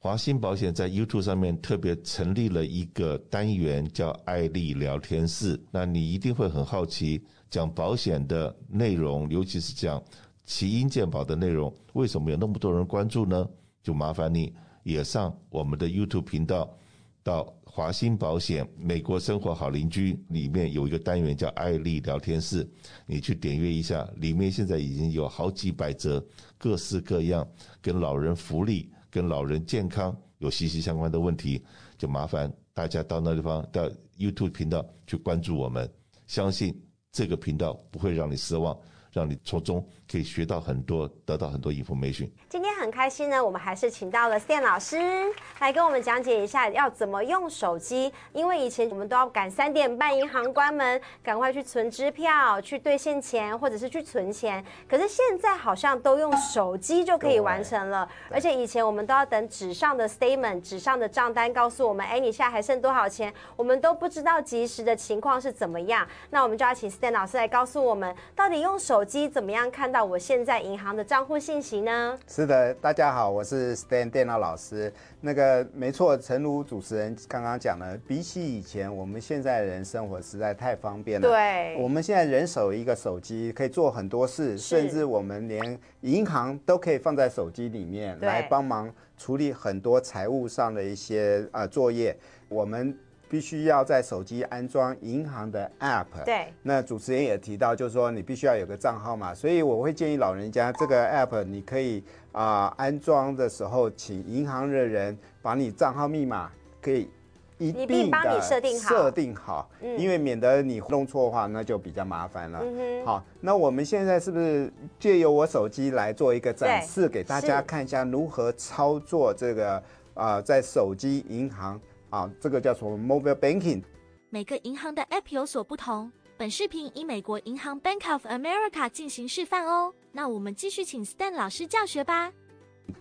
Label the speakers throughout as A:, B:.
A: 华鑫保险在 YouTube 上面特别成立了一个单元，叫“艾丽聊天室”。那你一定会很好奇，讲保险的内容，尤其是讲奇因健保的内容，为什么有那么多人关注呢？就麻烦你也上我们的 YouTube 频道，到华鑫保险“美国生活好邻居”里面有一个单元叫“艾丽聊天室”，你去点阅一下，里面现在已经有好几百则，各式各样跟老人福利。跟老人健康有息息相关的问题，就麻烦大家到那地方到 YouTube 频道去关注我们，相信这个频道不会让你失望，让你从中可以学到很多，得到很多 information。
B: 今天很开心呢，我们还是请到了 Stan 老师来跟我们讲解一下要怎么用手机，因为以前我们都要赶三点半银行关门，赶快去存支票、去兑现钱或者是去存钱，可是现在好像都用手机就可以完成了，而且以前我们都要等纸上的 statement、纸上的账单告诉我们，哎，你现在还剩多少钱，我们都不知道及时的情况是怎么样，那我们就要请 Stan 老师来告诉我们，到底用手机怎么样看到我现在银行的账户信息呢？
C: 是的，大家好，我是 Stan 电脑老师。那个没错，诚如主持人刚刚讲的，比起以前，我们现在人生活实在太方便了。
B: 对
C: 我们现在人手一个手机，可以做很多事，甚至我们连银行都可以放在手机里面
B: 对
C: 来帮忙处理很多财务上的一些呃作业。我们必须要在手机安装银行的 App。
B: 对，
C: 那主持人也提到，就是说你必须要有个账号嘛，所以我会建议老人家这个 app 你可以啊、安装的时候，请银行的人把你账号密码可以一
B: 一并
C: 并
B: 帮
C: 的
B: 你设定好
C: 设定好，因为免得你弄错的话，那就比较麻烦了。好，那我们现在是不是借由我手机来做一个展示，给大家
B: 是
C: 看一下如何操作这个啊、在手机银行啊，这个叫什么 mobile banking
D: 每个银行的 App 有所不同。本视频以美国银行 Bank of America 进行示范哦。那我们继续请 Stan 老师教学吧。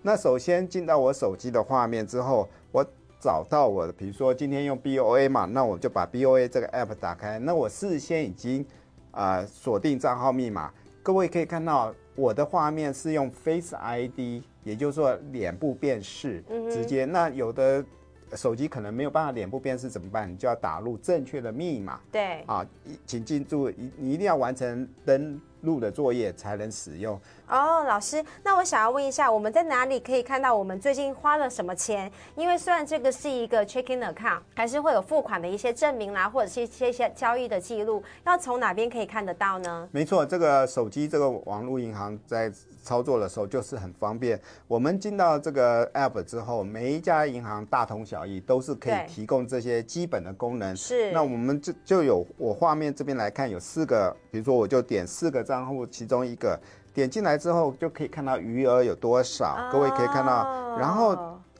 C: 那首先进到我手机的画面之后，我找到我的，比如说今天用 BOA 嘛，那我就把 BOA 这个 app 打开。那我事先已经啊锁定账号密码，各位可以看到我的画面是用 Face ID，也就是说脸部辨识，直接。那有的手机可能没有办法脸部辨识怎么办？你就要打入正确的密码。
B: 对，
C: 啊，一请记住，一你一定要完成登录的作业才能使用。
B: 哦，老师，那我想要问一下，我们在哪里可以看到我们最近花了什么钱？因为虽然这个是一个 checking account，还是会有付款的一些证明啦，或者是一些一些交易的记录，要从哪边可以看得到呢？
C: 没错，这个手机这个网络银行在操作的时候就是很方便。我们进到这个 app 之后，每一家银行大同小异，都是可以
B: 对
C: 提供这些基本的功能。
B: 是
C: 那我们就就有我画面这边来看，有四个，比如说我就点四个账户其中一个，点进来之后就可以看到余额有多少，各位可以看
B: 哦
C: 到，然后。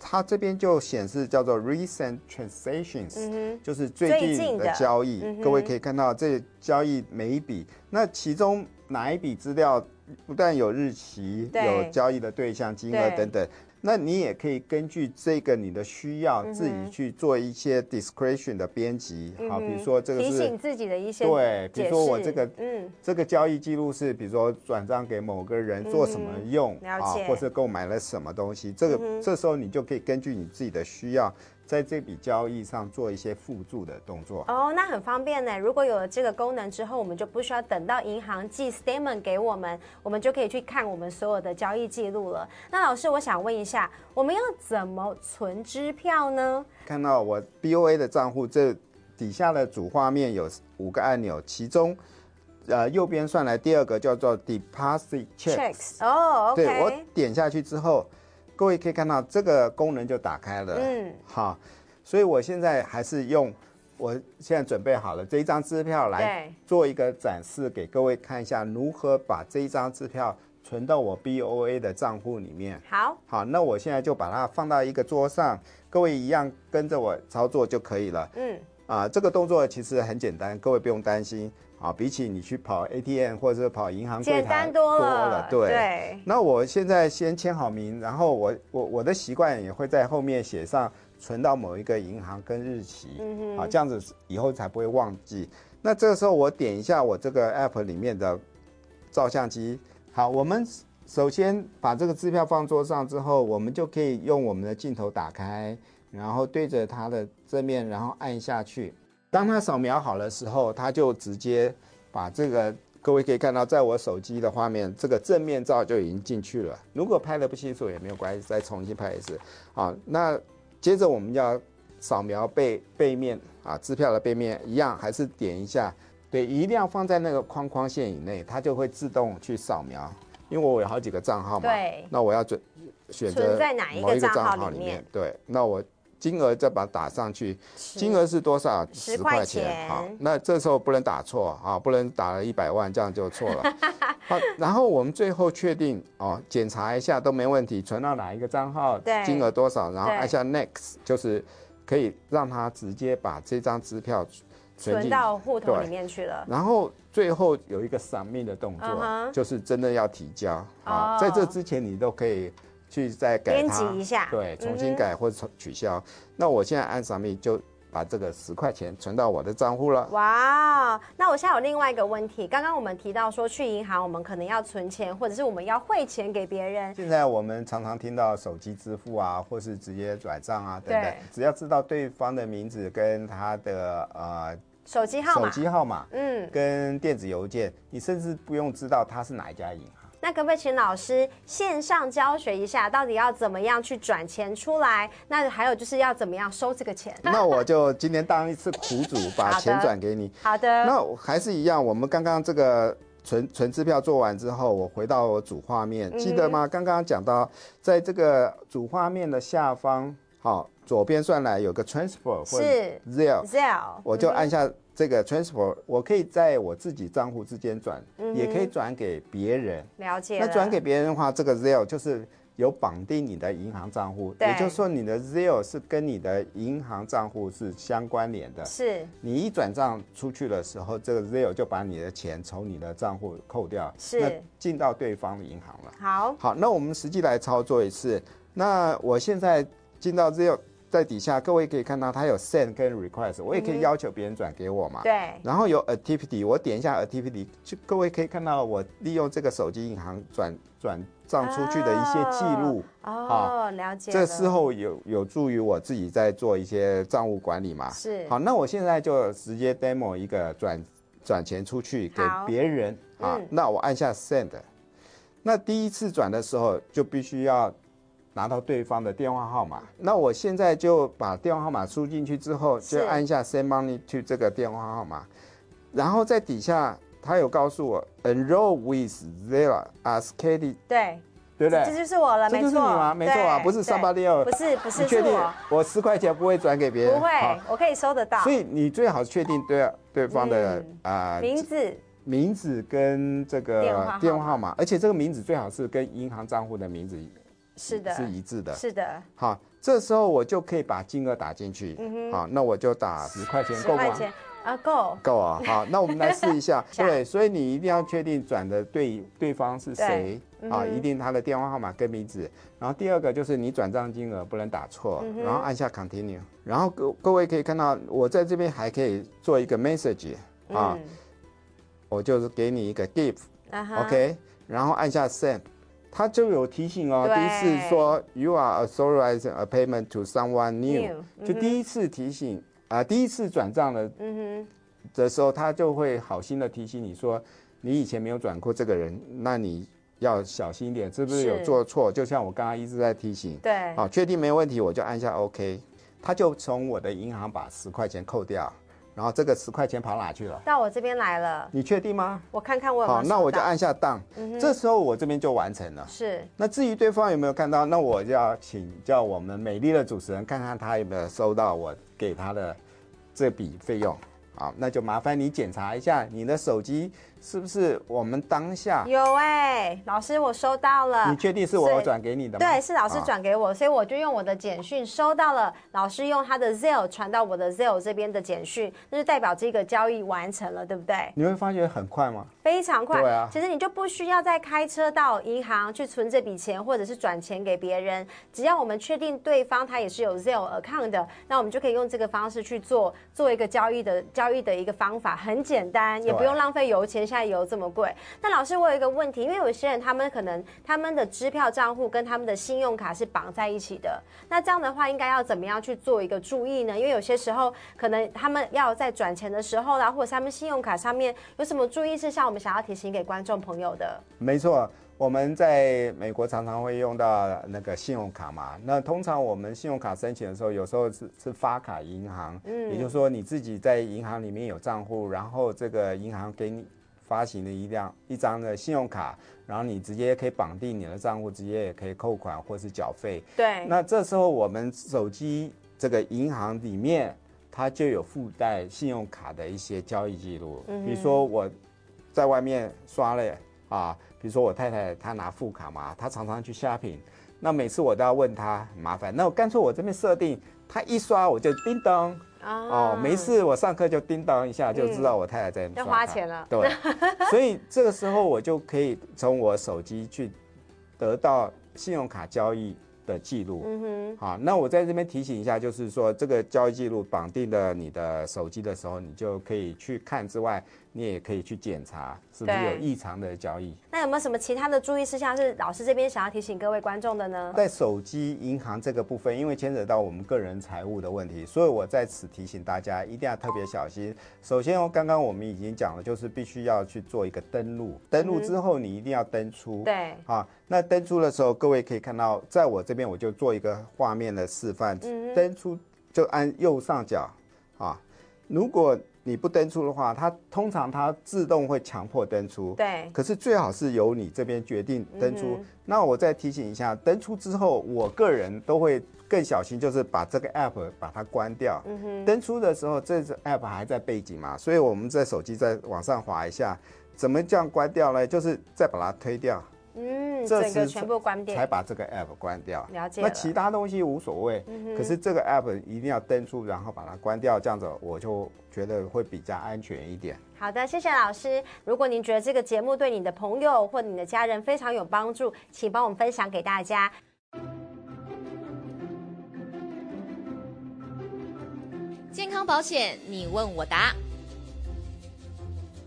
C: 它这边就显示叫做 recent transactions，、就是
B: 嗯
C: 最
B: 最近
C: 近的
B: 的嗯
C: 交易。各位可以看到，这交易每一笔，那其中哪一笔资料不但有日期、
B: 对
C: 有交易的对象、金额
B: 对嗯
C: 等等，那你也可以根据这个你的需要，自己去做一些 discretion 的编辑。好，比如说这个
B: 嗯提
C: 是
B: 醒。自己的一些
C: 对，比
B: 解
C: 如说我
B: 释
C: 这个，
B: 嗯，
C: 这个交易记录是，比如说转账给某个人做什么用、
B: 嗯
C: 啊
B: 了解嗯
C: 或是购买了什么东西，这个、这时候你就可以根据你自己的需要，在这笔交易上做一些辅助的动作。
B: 哦，那很方便呢。如果有了这个功能之后，我们就不需要等到银行寄 statement 给我们，我们就可以去看我们所有的交易记录了。那老师，我想问一下，我们要怎么存支票呢？
C: 看到我 BOA 的账户这底下的主画面有五个按钮，其中呃右边算来第二个叫做 Deposit Check。
B: 哦，OK，
C: 对我点下去之后，各位可以看到这个功能就打开了。
B: 嗯，
C: 好，所以我现在还是用我现在准备好了这一张支票来
B: 对
C: 做一个展示给各位看一下，如何把这一张支票存到我 BOA 的账户里面。
B: 好，
C: 好，那我现在就把它放到一个桌上，各位一样跟着我操作就可以了。
B: 嗯，
C: 啊，这个动作其实很简单，各位不用担心。啊，比起你去跑 ATM 或者是跑银行柜台，
B: 简单多了，
C: 对。那我现在先签好名，然后我我我的习惯也会在后面写上存到某一个银行跟日期，好，这样子以后才不会忘记。那这个时候我点一下我这个 app 里面的照相机，好，我们首先把这个支票放桌上之后，我们就可以用我们的镜头打开，然后对着它的正面，然后按下去。当它扫描好的时候，它就直接把这个各位可以看到，在我手机的画面，这个正面照就已经进去了。如果拍的不清楚也没有关系，再重新拍一次。好，那接着我们要扫描背背面啊，支票的背面一样，还是点一下，对，一定要放在那个框框线以内，它就会自动去扫描。因为我有好几个账号嘛，
B: 对
C: 那我要准选择
B: 存在哪一
C: 某
B: 个
C: 一个
B: 账
C: 账
B: 号
C: 号
B: 里
C: 里
B: 面
C: 面，对，那我金额再把它打上去，
B: 是
C: 金额是多少？
B: 10
C: 10
B: 块钱
C: 钱。好，那这时候不能打错啊，不能打了一百万，这样就错 了。好，然后我们最后确定哦，检查一下都没问题，存到哪一个账号
B: 对，
C: 金额多少，然后
B: 对
C: 按下 Next，就是可以让它直接把这张支票存
B: 存
C: 进
B: 到户头
C: 对
B: 里面去了。
C: 然后最后有一个 submit 的动作
B: 嗯哼
C: 就是真的要提交啊
B: 哦
C: 在这之前你都可以去再改
B: 编
C: 它
B: 辑一下
C: 对，重
B: 嗯
C: 新
B: 哼
C: 改或者重取消。那我现在按 submit 就把这个十块钱存到我的账户了。
B: 哇，那我现在有另外一个问题，刚刚我们提到说去银行，我们可能要存钱，或者是我们要汇钱给别人，
C: 现在我们常常听到手机支付啊，或是直接转账啊等等
B: 对，
C: 只要知道对方的名字跟他的呃
B: 手机号
C: 手
B: 码，
C: 机号码
B: 嗯，
C: 跟电子邮件，你甚至不用知道他是哪一家银 行。
B: 那可不可以请老师线上教学一下，到底要怎么样去转钱出来？那还有就是要怎么样收这个钱？
C: 那我就今天当一次苦主，把
B: 好的
C: 钱转给你。
B: 好的，
C: 那我还是一样，我们刚刚这个存存支票做完之后，我回到我主画
B: 嗯
C: 面，记得吗？刚刚讲到，在这个主画面的下方，好，左边算来有个 transfer 或
B: 是嗯
C: zero，
B: Zelle，
C: 我就按下这个 transfer，我可以在我自己账户之间转，
B: 嗯
C: 也可以转给别人。
B: 了解了。
C: 那转给别人的话，这个 zero 就是。有绑定你的银行账户，
B: 对
C: 也就是说你的 zero 是跟你的银行账户是相关联的。
B: 是
C: 你一转账出去的时候，这个 zero 就把你的钱从你的账户扣掉，
B: 是
C: 那进到对方的银行了。
B: 好，
C: 好，那我们实际来操作一次。那我现在进到 zero 在底下，各位可以看到它有 send 跟 request，我也可以要求别人转给我嘛。
B: 嗯对，
C: 然后有 activity，我点一下 activity，就各位可以看到我利用这个手机银行转转账出去的一些记录。
B: 哦
C: 好，
B: 了解了。
C: 这事后有有助于我自己在做一些账务管理嘛？
B: 是
C: 啊好，那我现在就直接 demo 一个转转钱出去给
B: 好
C: 别人啊、
B: 嗯
C: 那我按下 send。那第一次转的时候就必须要拿到对方的电话号码。那我现在就把电话号码输进去之后，
B: 是
C: 就按下 send money to 这个电话号码，然后在底下他有告诉我 enroll with Zara as Katie，
B: 对，
C: 对不对？
B: 这这就是我了，
C: 这
B: 没
C: 就
B: 错，
C: 是你吗？没错啊，
B: 对
C: 不
B: 对
C: 是 somebody else。
B: 不是不是
C: 你
B: 是
C: 确定
B: 我，
C: 我十块钱不会转给别人？
B: 不
C: 好
B: 会，我可以收得到
C: 所以你最好确定对啊对方的
B: 嗯
C: 啊、
B: 名字，
C: 名字跟这
B: 电话号码
C: 个电话号码，而且这个名字最好是跟银行账户的名字
B: 是的，
C: 是一致的。
B: 是的，
C: 好，这时候我就可以把金额打进去。好，那我就打十块钱
B: 嗯十
C: 够
B: 块
C: 吗？
B: 钱啊够，
C: 够
B: 。
C: 啊，好，那我们来试一下
B: 下
C: 对，所以你一定要确定转的对对方是谁啊，
B: 嗯
C: 一定他的电话号码跟名字。然后第二个就是你转账金额不能打错，
B: 嗯
C: 然后按下 continue。然后各各位可以看到，我在这边还可以做一个 message 啊，
B: 嗯
C: 我就是给你一个 gift，OK，
B: 啊哈
C: 然后按下 send。它就有提醒哦，
B: 对
C: 第一次说 you are authorizing a payment to someone new，
B: New，嗯
C: 就第一次提醒啊、第一次转账的
B: 嗯
C: 的时候，他就会好心的提醒你说，你以前没有转过这个人，那你要小心一点，是不是
B: 是
C: 有做错？就像我刚刚一直在提醒
B: 哼，，对，
C: 好，确定没问题，我就按下 OK，他就从我的银行把十块钱扣掉，然后这个十块钱跑哪去了？
B: 到我这边来了，
C: 你确定吗？
B: 我看看我有没有
C: 好，那
B: 收
C: 我就
B: 到嗯
C: 按下 down，、这时候我这边就完成了。
B: 是
C: 那至于对方有没有看到，那我就要请教我们美丽的主持人，看看他有没有收到我给他的这笔费用。好，那就麻烦你检查一下你的手机是不是我们当下，
B: 有哎，老师我收到了，
C: 你确定是我
B: 是
C: 转给你的吗？啊
B: 对，是老师
C: 好。
B: 转给我，所以我就用我的简讯收到了老师用他的 Zelle 传到我的 Zelle 这边的简讯，那就代表这个交易完成了，对不对？
C: 你会发觉很快吗？
B: 非常快，
C: 对啊
B: 其实你就不需要再开车到银行去存这笔钱，或者是转钱给别人。只要我们确定对方他也是有 Zelle account 的，那我们就可以用这个方式去做做一个交易的交易的一个方法，很简单，也不用浪费油钱。下油这么贵。那老师，我有一个问题，因为有些人他们可能他们的支票账户跟他们的信用卡是绑在一起的，那这样的话应该要怎么样去做一个注意呢？因为有些时候可能他们要在转钱的时候啦，或者是他们信用卡上面有什么注意事项，我们想要提醒给观众朋友的。
C: 没错，我们在美国常常会用到那个信用卡嘛。那通常我们信用卡申请的时候，有时候是是发卡银行，嗯，也就是说你自己在银行里面有账户，然后这个银行给你发行的一辆一张的信用卡，然后你直接可以绑定你的账户，直接也可以扣款或是缴费。
B: 对，
C: 那这时候我们手机这个银行里面，它就有附带信用卡的一些交易记录，比如说我在外面刷了啊，比如说我太太她拿副卡嘛，她常常去 shopping，那每次我都要问她很麻烦，那我干脆我这边设定，她一刷我就叮咚。哦，没事，我上课就叮当一下就知道我太太在刷
B: 要
C: 卡
B: 花钱了
C: 对，所以这个时候我就可以从我手机去得到信用卡交易的记录。嗯哼，好，那我在这边提醒一下，就是说这个交易记录绑定了你的手机的时候，你就可以去看之外，你也可以去检查是不是
B: 对
C: 有异常的交易。
B: 那有没有什么其他的注意事项是老师这边想要提醒各位观众的呢？
C: 在手机银行这个部分，因为牵扯到我们个人财务的问题，所以我在此提醒大家一定要特别小心。首先哦，刚刚我们已经讲了，就是必须要去做一个登录，登录之后你一定要登出。
B: 对，
C: 啊，那登出的时候，各位可以看到，在我这边我就做一个画面的示范。登出就按右上角啊，如果你不登出的话，它通常它自动会强迫登出。
B: 对
C: 可是最好是由你这边决定登出。那我再提醒一下，登出之后，我个人都会更小心，就是把这个 app 把它关掉。登出的时候，这只 app 还在背景嘛，所以我们在手机再往上滑一下，怎么这样关掉呢？就是再把它推掉。
B: 嗯，
C: 这
B: 整个
C: 是
B: 全部关
C: 才
B: 店，
C: 把这个 app 关掉。
B: 了解
C: 那
B: 了嗯
C: 其他东西无所谓，可是这个 app 一定要登出，然后把它关掉，这样子我就觉得会比较安全一点。
B: 好的，谢谢老师。如果您觉得这个节目对你的朋友或你的家人非常有帮助，请帮我们分享给大家。
E: 健康保险，你问我答。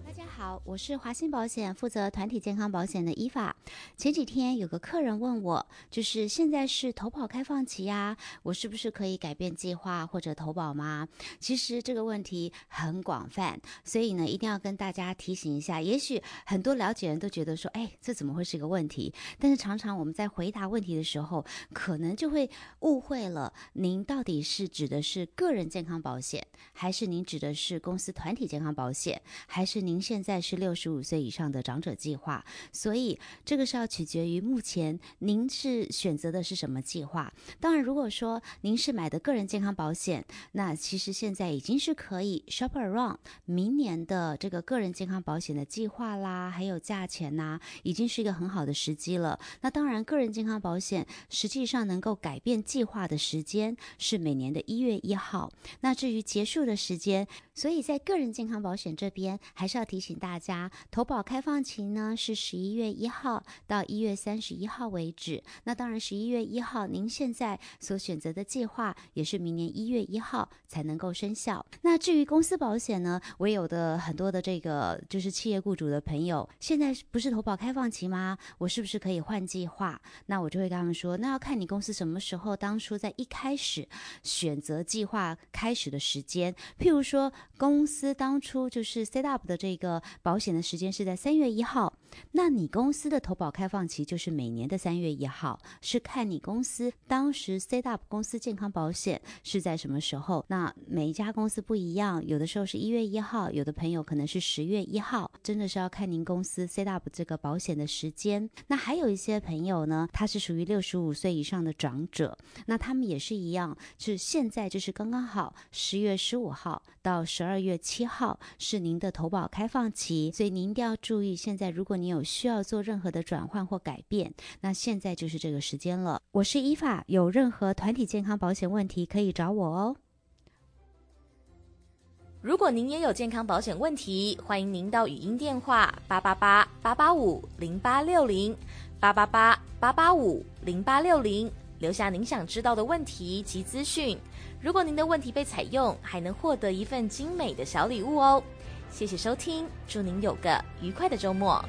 F: 大家好，我是华信保险负责团体健康保险的依法。前几天有个客人问我，就是现在是投保开放期呀、我是不是可以改变计划或者投保吗？其实这个问题很广泛，所以呢，一定要跟大家提醒一下。也许很多了解人都觉得说，哎，这怎么会是个问题？但是常常我们在回答问题的时候，可能就会误会了，您到底是指的是个人健康保险，还是您指的是公司团体健康保险？还是您现在是六十五岁以上的长者计划，所以这个是要取决于目前您是选择的是什么计划。当然，如果说您是买的个人健康保险，那其实现在已经是可以 shop around 明年的这个个人健康保险的计划啦，还有价钱呐、已经是一个很好的时机了。那当然，个人健康保险实际上能够改变计划的时间是每年的一月一号。那至于结束的时间，所以在个人健康保险这边，还是要提醒大家，投保开放期呢是十一月一号到一月三十一号为止。那当然，十一月一号您现在所选择的计划，也是明年一月一号才能够生效。那至于公司保险呢，我有的很多的这个就是企业雇主的朋友，现在不是投保开放期吗？我是不是可以换计划？那我就会跟他们说，那要看你公司什么时候当初在一开始选择计划开始的时间。譬如说，公司当初就是 set up 的这个保险的时间是在三月一号，那你公司的投保开放期就是每年的三月一号，是看你公司当时 set up 公司健康保险是在什么时候。那每一家公司不一样，有的时候是一月一号，有的朋友可能是十月一号，真的是要看您公司 set up 这个保险的时间。那还有一些朋友呢，他是属于六十五岁以上的长者，那他们也是一样，是现在就是刚刚好，十月十五号到十二月七号是您的投保开放期，所以您一定要注意，现在如果您有需要做任何的转换或改变，那现在就是这个时间了。我是依法，有任何团体健康保险问题可以找我哦。
E: 如果您也有健康保险问题，欢迎您到语音电话八八八八八五零八六零八八八八八五零八六零留下您想知道的问题及资讯。如果您的问题被采用，还能获得一份精美的小礼物哦。谢谢收听，祝您有个愉快的周末。